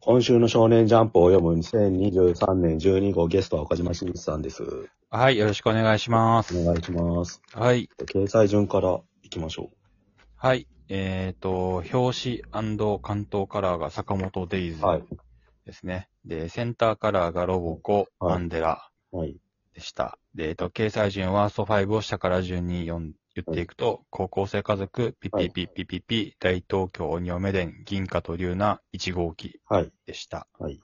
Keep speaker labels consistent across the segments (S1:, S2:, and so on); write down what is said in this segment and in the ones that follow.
S1: 今週の少年ジャンプを読む2023年12号ゲストは岡島真一さんです。
S2: はい、よろしくお願いします。
S1: お願いします。
S2: はい、
S1: 掲載順から行きましょ
S2: はい。えっ、と、表紙関東カラーが坂本デイズ
S1: う。はい。
S2: ですね。で、センターカラーがロボコ、
S1: はい
S2: マンデラ
S1: はい。
S2: でした。で、えっ、と、掲載順ワースト5を下から順に読ん言っていくと、高校生家族、ピッピッピッピッピッピ、大東京鬼嫁伝、銀貨と竜な1号機
S1: はい。
S2: でした。
S1: はい。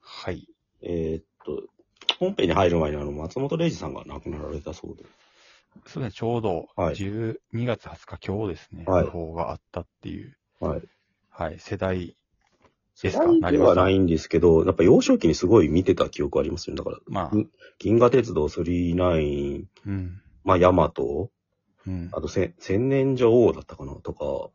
S2: はい。
S1: えーっと、本編に入る前にあの、松本零士さんが亡くなられたそうで。
S2: そうですね、ちょうど
S1: はい
S2: 12月20日今日ですね、
S1: はい
S2: 訃報があったっていう、
S1: はい。
S2: はい、世代です
S1: 世
S2: か
S1: 代ではないんですけど、やっぱ幼少期にすごい見てた記憶ありますよね。だから、
S2: まあ、
S1: うん銀河鉄道39、
S2: うん。
S1: まあ、ヤマト、
S2: うん。
S1: あとせ、千年女王だったかなとか、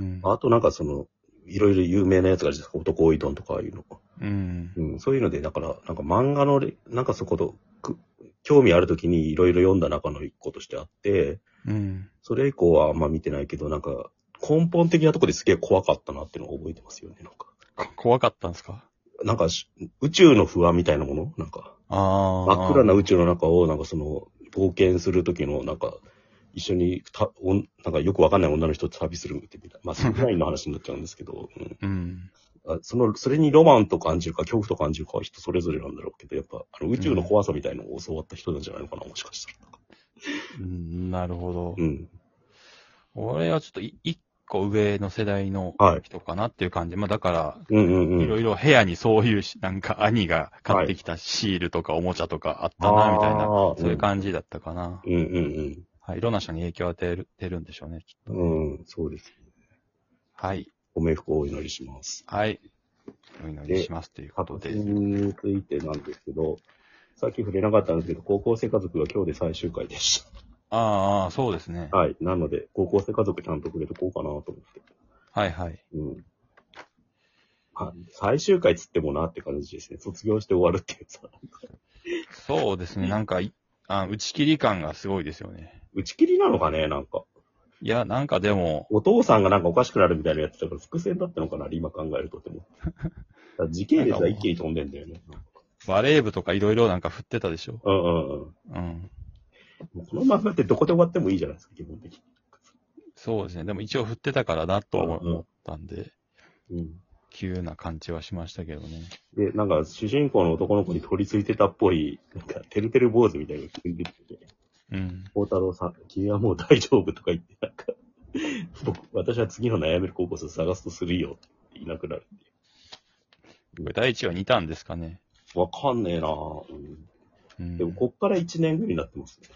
S2: うん。
S1: あとなんかその、いろいろ有名なやつがあるじゃないですか、男追いドンとかああいうの。
S2: うん。
S1: うん、そういうので、だから、なんか漫画のれ、なんかそこと、く興味あるときにいろいろ読んだ中の一個としてあって、
S2: うん。
S1: それ以降はあんま見てないけど、なんか、根本的なとこですげえ怖かったなっていうのを覚えてますよね、なんか。
S2: こ怖かったんですか
S1: なんかし、宇宙の不安みたいなものなんか、
S2: ああ。
S1: 真っ暗な宇宙の中を、なんかその、冒険するときの、なんか、一緒にたおん、なんかよくわかんない女の人と旅するってみたいな。まあ、そのぐらいの話になっちゃうんですけど、うん
S2: うん。
S1: あその、それにロマンと感じるか、恐怖と感じるかは人それぞれなんだろうけど、やっぱ、あの宇宙の怖さみたいのを教わった人なんじゃないのかな、もしかしたら。
S2: うんなるほど
S1: う。ん。
S2: 俺はちょっとい一個上の世代の
S1: はい
S2: 人かなっていう感じ。まあだから、
S1: うんうんう
S2: い
S1: ん。
S2: ろいろ部屋にそういうし、なんか兄が買ってきたシールとかおもちゃとかあったな、みたいな。
S1: あー
S2: そういう感じだったかな。
S1: うんうん
S2: はい。いろんな人に影響を与えるてるんでしょうね。きっと
S1: うん。うん、そうです。
S2: はい。
S1: ご冥福をお祈りします。
S2: はい。お祈りしますということ
S1: 作
S2: で。
S1: 品についてなんですけど、さっき触れなかったんですけど、高校生家族が今日で最終回でし
S2: あーあー、そうですね
S1: た。。はい。なので、高校生家族ちゃんと触れとこうかなと思って。
S2: はいはい。
S1: うん。あ最終回つってもなって感じですね。卒業して終わるっていうさ。
S2: そうですね。なんかい、あ打ち切り感がすごいですよね。
S1: 打ち切りなのかね、なんか。
S2: いや、なんかでも、
S1: お父さんがなんかおかしくなるみたいなやつだから伏線だったのかな、今考えるとでも。だから時系列が一気に飛んでんだよね。
S2: バレー部とかいろいろなんか振ってたでしょ。
S1: うんうんうん。
S2: うん。
S1: もうこの漫画ってどこで終わってもいいじゃないですか、基本的に。
S2: そうですね。でも一応振ってたからなとは思
S1: うんうん
S2: 思ったんで、
S1: うん。
S2: 急な感じはしましたけどね。
S1: で、なんか主人公の男の子に取り付いてたっぽい、なんかてるてる坊主みたいなのが急に出てきて、
S2: うん。
S1: 孝太郎さん、君はもう大丈夫とか言って、なんか、僕、私は次の悩める高校生を探すとするよっていなくなるんで。
S2: これ第一話似たんですかね。
S1: わかんねえなぁ、うん
S2: うん。
S1: でも、こっから1年後になってますね。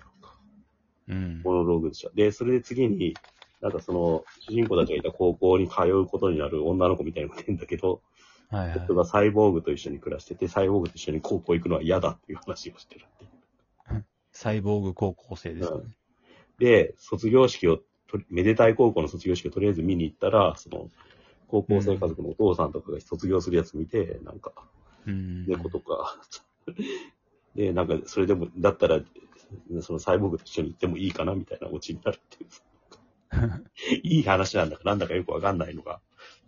S2: うん。
S1: モノローグでした。で、それで次に、なんかその、主人公たちがいた高校に通うことになる女の子みたいなのが出るんだけど、
S2: はいはい
S1: 僕。がサイボーグと一緒に暮らしてて、サイボーグと一緒に高校行くのは嫌だっていう話をしてるっていう
S2: サイボーグ高校生ですかね。
S1: で、卒業式をとり、めでたい高校の卒業式をとりあえず見に行ったら、その、高校生家族のお父さんとかが卒業するやつ見て、なんか、
S2: うん。
S1: 猫とか、 で、なんか、それでも、だったら、そのサイボーグと一緒に行ってもいいかなみたいなオチになるっていう。 いい話なんだか、なんだかよくわかんないのが、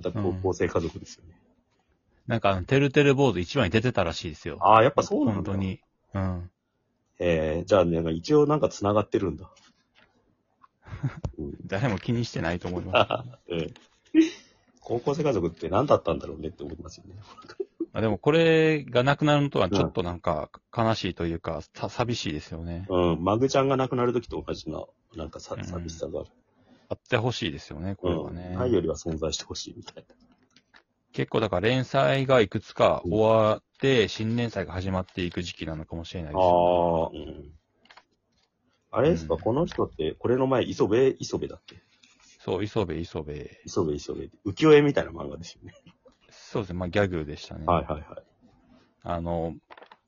S1: また高校生家族ですよね。
S2: なんかあの、てるてる坊主一番に出てたらしいですよ。
S1: ああ、やっぱそうなん
S2: 本
S1: だ。
S2: 当。に。うん。
S1: えー、じゃあね、なんか一応なんか繋がってるんだ。
S2: 誰も気にしてないと思います。
S1: うん。高校生家族って何だったんだろうねって思いますよね。
S2: まあでもこれがなくなるのとはちょっとなんか悲しいというか、さ寂しいですよね。
S1: うん、マグちゃんが亡くなるときと同じな、なんかさ
S2: うん
S1: 寂しさがある。
S2: あってほしいですよね、これは
S1: うん。
S2: ね。
S1: ないよりは存在してほしいみたいな。
S2: 結構だから連載がいくつか終わって、新連載が始まっていく時期なのかもしれないですよ。
S1: ああ、うん。あれですか、
S2: うん
S1: この人って、これの前、磯部、磯部だっけ
S2: そう、磯部、磯部。
S1: 磯部、磯部。浮世絵みたいな漫画ですよね。
S2: そうですね、まあギャグでしたね。
S1: はいはいはい。
S2: あの、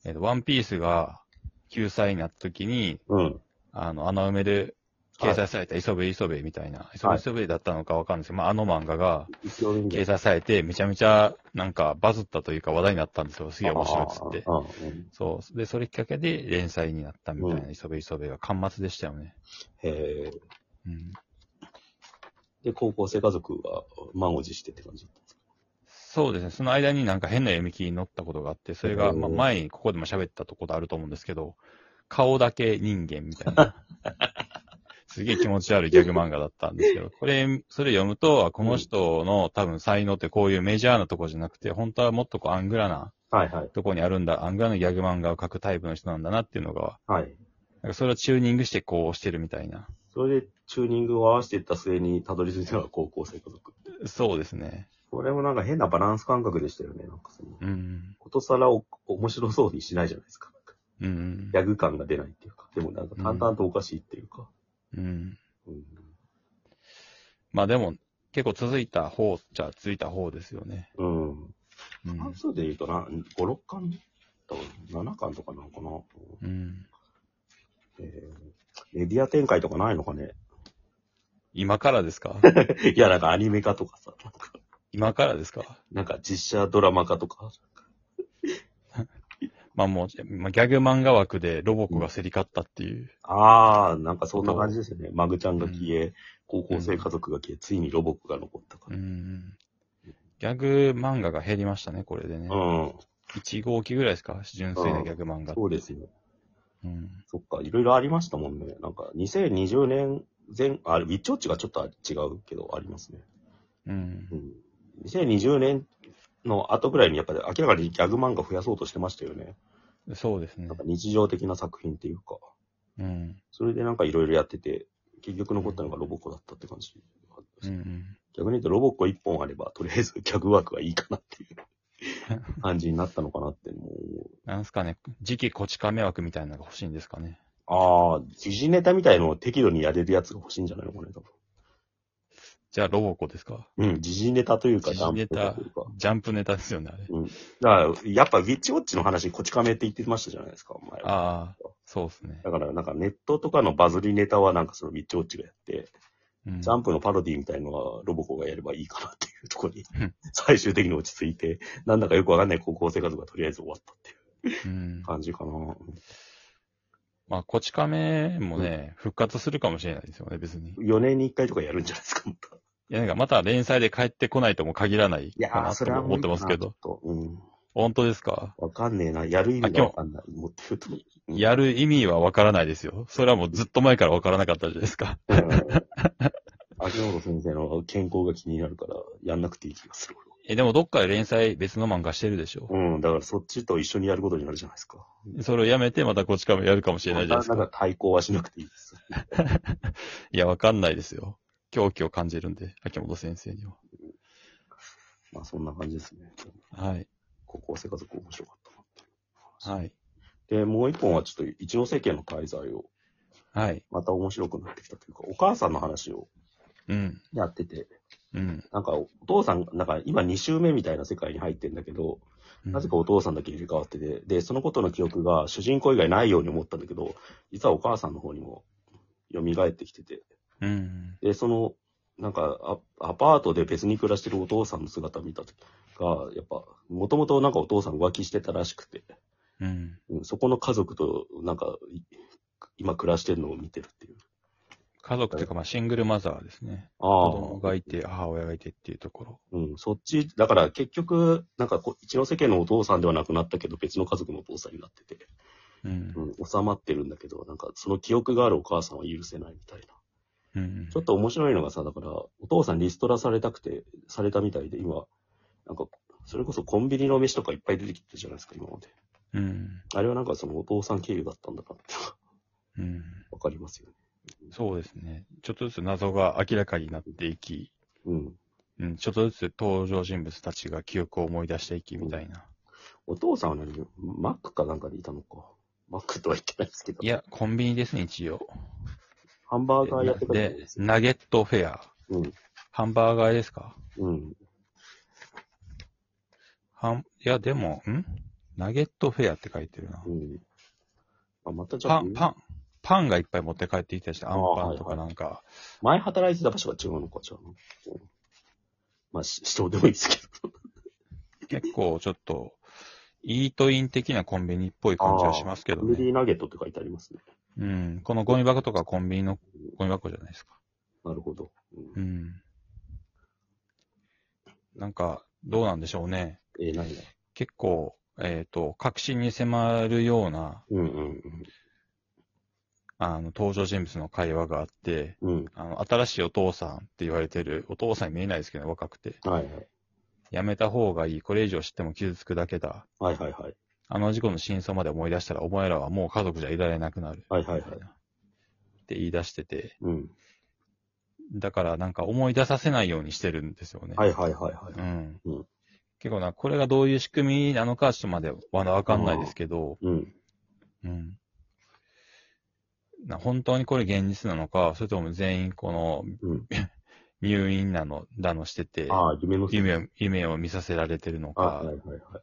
S2: えっ、と、ワンピースが救済になった時に、
S1: うん。
S2: あの、穴埋めで掲載された磯部、磯部みたいな、磯部、磯部だったのかわかんないですけど、まああの漫画が
S1: 浮世絵みたい
S2: 掲
S1: な。
S2: 載されて、めちゃめちゃなんかバズったというか話題になったんですよ。すげえ面白いっつって。
S1: あーうん
S2: そう。で、それきっかけで連載になったみたいな、
S1: う
S2: 磯部磯部が巻末でしたよね。
S1: へえ。
S2: うん。
S1: で、高校生家族は満を持してって感じだったんですか
S2: そうですね。その間になんか変な読み切りに乗ったことがあって、それが、
S1: うん
S2: まあ前にここでも喋ったとことあると思うんですけど、顔だけ人間みた いな。すげえ気持ち悪いギャグ漫画だったんですけど、これ、それ読むと、あこの人の多分才能ってこういうメジャーなとこじゃなくて、本当はもっとこうアングラな
S1: はいはい。
S2: とこにあるんだ、アングラなギャグ漫画を描くタイプの人なんだなっていうのが、
S1: はい。
S2: なんかそれをチューニングしてこうしてるみたいな。
S1: それでチューニングを合わせていった末にたどり着いたのが高校生家族。
S2: そうですね。
S1: これもなんか変なバランス感覚でしたよね。なんかその、
S2: うん。
S1: ことさらお面白そうにしないじゃないですか。なんか
S2: うん
S1: ギ。ャグ感が出ないっていうか。でもなんか淡々とおかしいっていうか。
S2: うん。
S1: うん
S2: まあでも、結構続いた方じゃ続いた方ですよね。
S1: うん。
S2: うん。
S1: 関数で言うとな、5、6巻と7巻とかなのかな、
S2: うん、
S1: えーメディア展開とかないのかね
S2: 今からですか
S1: いや、なんかアニメ化とかさ、なんか
S2: 今からですか
S1: なんか実写ドラマ化とか。
S2: まあもう、まあ、ギャグ漫画枠でロボコが競り勝ったっていう。
S1: あー、なんかそんな感じですよね。マグちゃんが消え、高校生家族が消え、ついにロボックが残ったか
S2: う
S1: ら。
S2: ん。ギャグ漫画が減りましたね、これでね。
S1: うん。
S2: 1号機ぐらいですか純粋なギャグ漫画。
S1: そうですよ。
S2: うん。
S1: そっか、いろいろありましたもんね。なんか2020年前、あれ、ウィッチウォッチがちょっと違うけど、ありますね。
S2: うん
S1: う。ん2020年の後ぐらいにやっぱり明らかにギャグ漫画増やそうとしてましたよね。
S2: そうですね
S1: なん。か日常的な作品っていうか、
S2: うん。
S1: それでなんかいろいろやってて、結局残ったのがロボコだったって感じ。
S2: うんうん。
S1: 逆に言うとロボコ一本あれば、とりあえず ギャグ枠はいいかなっていう感じになったのかなってもう。
S2: なんすかね、次期こち亀枠みたいなのが欲しいんですかね。
S1: ああ、時事ネタみたいのを適度にやれるやつが欲しいんじゃないのかね、多
S2: じゃあロボコですか
S1: 分。うん、時事ネタというか、
S2: 時事ネタ
S1: ジャンプというか。
S2: ジャンプネタですよね、あれ。
S1: だから、やっぱウィッチウォッチの話、こち亀って言ってましたじゃないですか、前は。
S2: ああ、そうですね。
S1: だから、なんかネットとかのバズりネタはなんかそのウィッチウォッチがやって、
S2: うん
S1: ジャンプのパロディみたいのはロボコがやればいいかなっていうところに
S2: うん、
S1: 最終的に落ち着いて、なんだかよくわかんない高校生活がとりあえず終わったっていう
S2: うん
S1: 感じかな。
S2: まあ、こち亀もね、復活するかもしれないですよね、別に。い
S1: 4年に1回とかやるんじゃないですか、また。い
S2: や、なんかまた連載で帰ってこないとも限らない
S1: や
S2: か
S1: ー、
S2: な
S1: そ
S2: と
S1: れは
S2: も
S1: も
S2: 思
S1: う
S2: ってますけど。。
S1: うん。
S2: 本当ですか
S1: わかんねえな。やる意味がわかんない。持ってると。うん
S2: やる意味はわからないですよ。それはもうずっと前からわからなかったじゃないですか。
S1: うん秋元先生の健康が気になるから、やんなくていい気がする。
S2: え、でもどっかで連載別の漫画してるでしょ。
S1: うん、だからそっちと一緒にやることになるじゃないですか。
S2: それをやめてまたこち亀やるかもしれないじゃないです
S1: またなん
S2: か。
S1: か対抗はしなくていいです。
S2: いや、わかんないですよ。狂気を感じるんで、秋元先生には。
S1: まあそんな感じですね。
S2: はい。
S1: 高校生活面白かったな。
S2: はい。
S1: で、もう一本はちょっと一応世間の滞在を、
S2: はい。
S1: また面白くなってきたというか、お母さんの話を
S2: うん。
S1: やってて、
S2: うん。
S1: なんかお父さん、なんか今2週目みたいな世界に入ってんだけど、
S2: うん
S1: なぜかお父さんだけ入れ替わってて、で、そのことの記憶が主人公以外ないように思ったんだけど、実はお母さんの方にも蘇ってきてて、
S2: うん。
S1: で、その、なんかア、アパートで別に暮らしてるお父さんの姿見たときが、やっぱ、もともとなんかお父さん浮気してたらしくて、
S2: うん。
S1: うん、そこの家族と、なんか、い今暮らしてるのを見てるっていう。
S2: 家族というか、まあ、シングルマザーですね。子供
S1: あ
S2: がいて、母親がいてっていうところ。
S1: うん、そっち、だから結局、なんかこう、一ノ瀬家のお父さんではなくなったけど、別の家族のお父さんになってて、
S2: うん
S1: う。ん、収まってるんだけど、なんか、その記憶があるお母さんは許せないみたいな。
S2: うん。
S1: ちょっと面白いのがさ、だから、お父さんリストラされたくて、されたみたいで、今、なんか、それこそコンビニの飯とかいっぱい出てきてたじゃないですか、今まで。
S2: うん。
S1: あれはなんかそのお父さん経由だったんだなって、
S2: うん。
S1: わかりますよね。
S2: そうですね。ちょっとずつ謎が明らかになっていき、
S1: うん。
S2: うん、ちょっとずつ登場人物たちが記憶を思い出していきみたいな。
S1: お父さんは何マックかなんかにいたのか。マックとは言ってないですけど。
S2: いや、コンビニですね、一応。
S1: ハンバーガーやってたじゃない
S2: で
S1: で、すか。
S2: ナゲットフェア。
S1: うん。
S2: ハンバーガーですか
S1: うん。
S2: はん、いや、でも、んナゲットフェアって書いてるな
S1: う。ん。あ、またじゃ
S2: パ
S1: あ
S2: ン、、パン、パンがいっぱい持って帰ってきたりして、アンパンと
S1: あーはいはい
S2: かなんか、
S1: 前働いてた場所が違うのか、じゃあ。うんまあ、し、しどうでもいいですけど。
S2: 結構ちょっと、イートイン的なコンビニっぽい感じはしますけど
S1: ミリ
S2: ね。
S1: ーナゲットって書いてありますね。
S2: うん。このゴミ箱とかコンビニのゴミ箱じゃないですか。
S1: なるほど。うん
S2: うん。なんか、どうなんでしょうね。
S1: えー、何だ
S2: 結構、えっ、と、核心に迫るような、
S1: うんうん
S2: あの、登場人物の会話があって、
S1: うん。
S2: あの、新しいお父さんって言われてる、お父さんに見えないですけど、若くて。
S1: うん。はいはい。
S2: やめた方がいい。これ以上知っても傷つくだけだ。
S1: はいはいはい。
S2: あの事故の真相まで思い出したら、お前らはもう家族じゃいられなくなる。
S1: はいはいはい
S2: みたなって言い出してて、
S1: うん。
S2: だからなんか思い出させないようにしてるんですよね。
S1: はいはいはいは
S2: う
S1: い。
S2: ん
S1: うん。
S2: 結構な、これがどういう仕組みなのか、ちょっとまでまだわかんないですけど、
S1: うん。
S2: うん。な本当にこれ現実なのか、それとも全員この
S1: うん。
S2: 入院なの、だのしてて、
S1: ああ、夢の
S2: 夢を、夢を見させられてるの
S1: あはい
S2: か
S1: は、いはい。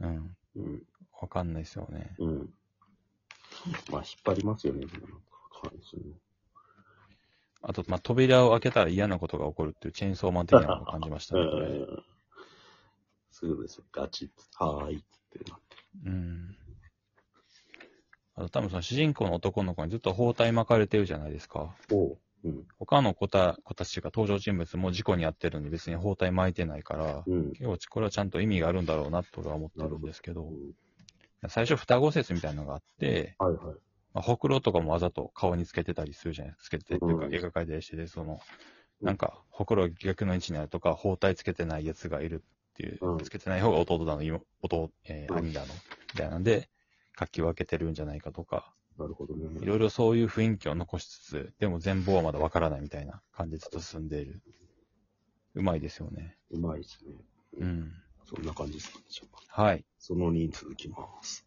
S2: うん。
S1: うん。
S2: わかんないですよね。
S1: うん。まあ、引っ張りますよね、でもなんか感じの
S2: あと、まあ、扉を開けたら嫌なことが起こるっていうチェーンソーマン的なのを感じました ね、これ。
S1: うんすぐですよ。ガチッつって、はーいっつってなって。
S2: うん。あと、多分その主人公の男の子にずっと包帯巻かれてるじゃないですか。
S1: おう。うん。
S2: 他の子た子たちが登場人物も事故に遭ってるんで別に包帯巻いてないから、
S1: うん。
S2: 結構これはちゃんと意味があるんだろうなと俺は思ってるんですけど、最初双子説みたいなのがあって、
S1: はいはい。
S2: まあ、ほくろとかもわざと顔につけてたりするじゃないつけて、っていうか
S1: うん
S2: 描かれたりしてて、その、
S1: うん
S2: なんか、ほくろ逆の位置にあるとか、包帯つけてないやつがいるっていう
S1: うん、
S2: つけてない方が弟だの、妹弟、えー
S1: うん
S2: 兄だの、みたいなんで、書き分けてるんじゃないかとか、
S1: なるほど
S2: い
S1: ね。
S2: ろいろそういう雰囲気を残しつつ、でも全貌はまだわからないみたいな感じでずっと進んでいる。うまいですよね。
S1: うまいですね。
S2: うん。
S1: そんな感じですかねじゃあ
S2: はい。
S1: その2に続きます。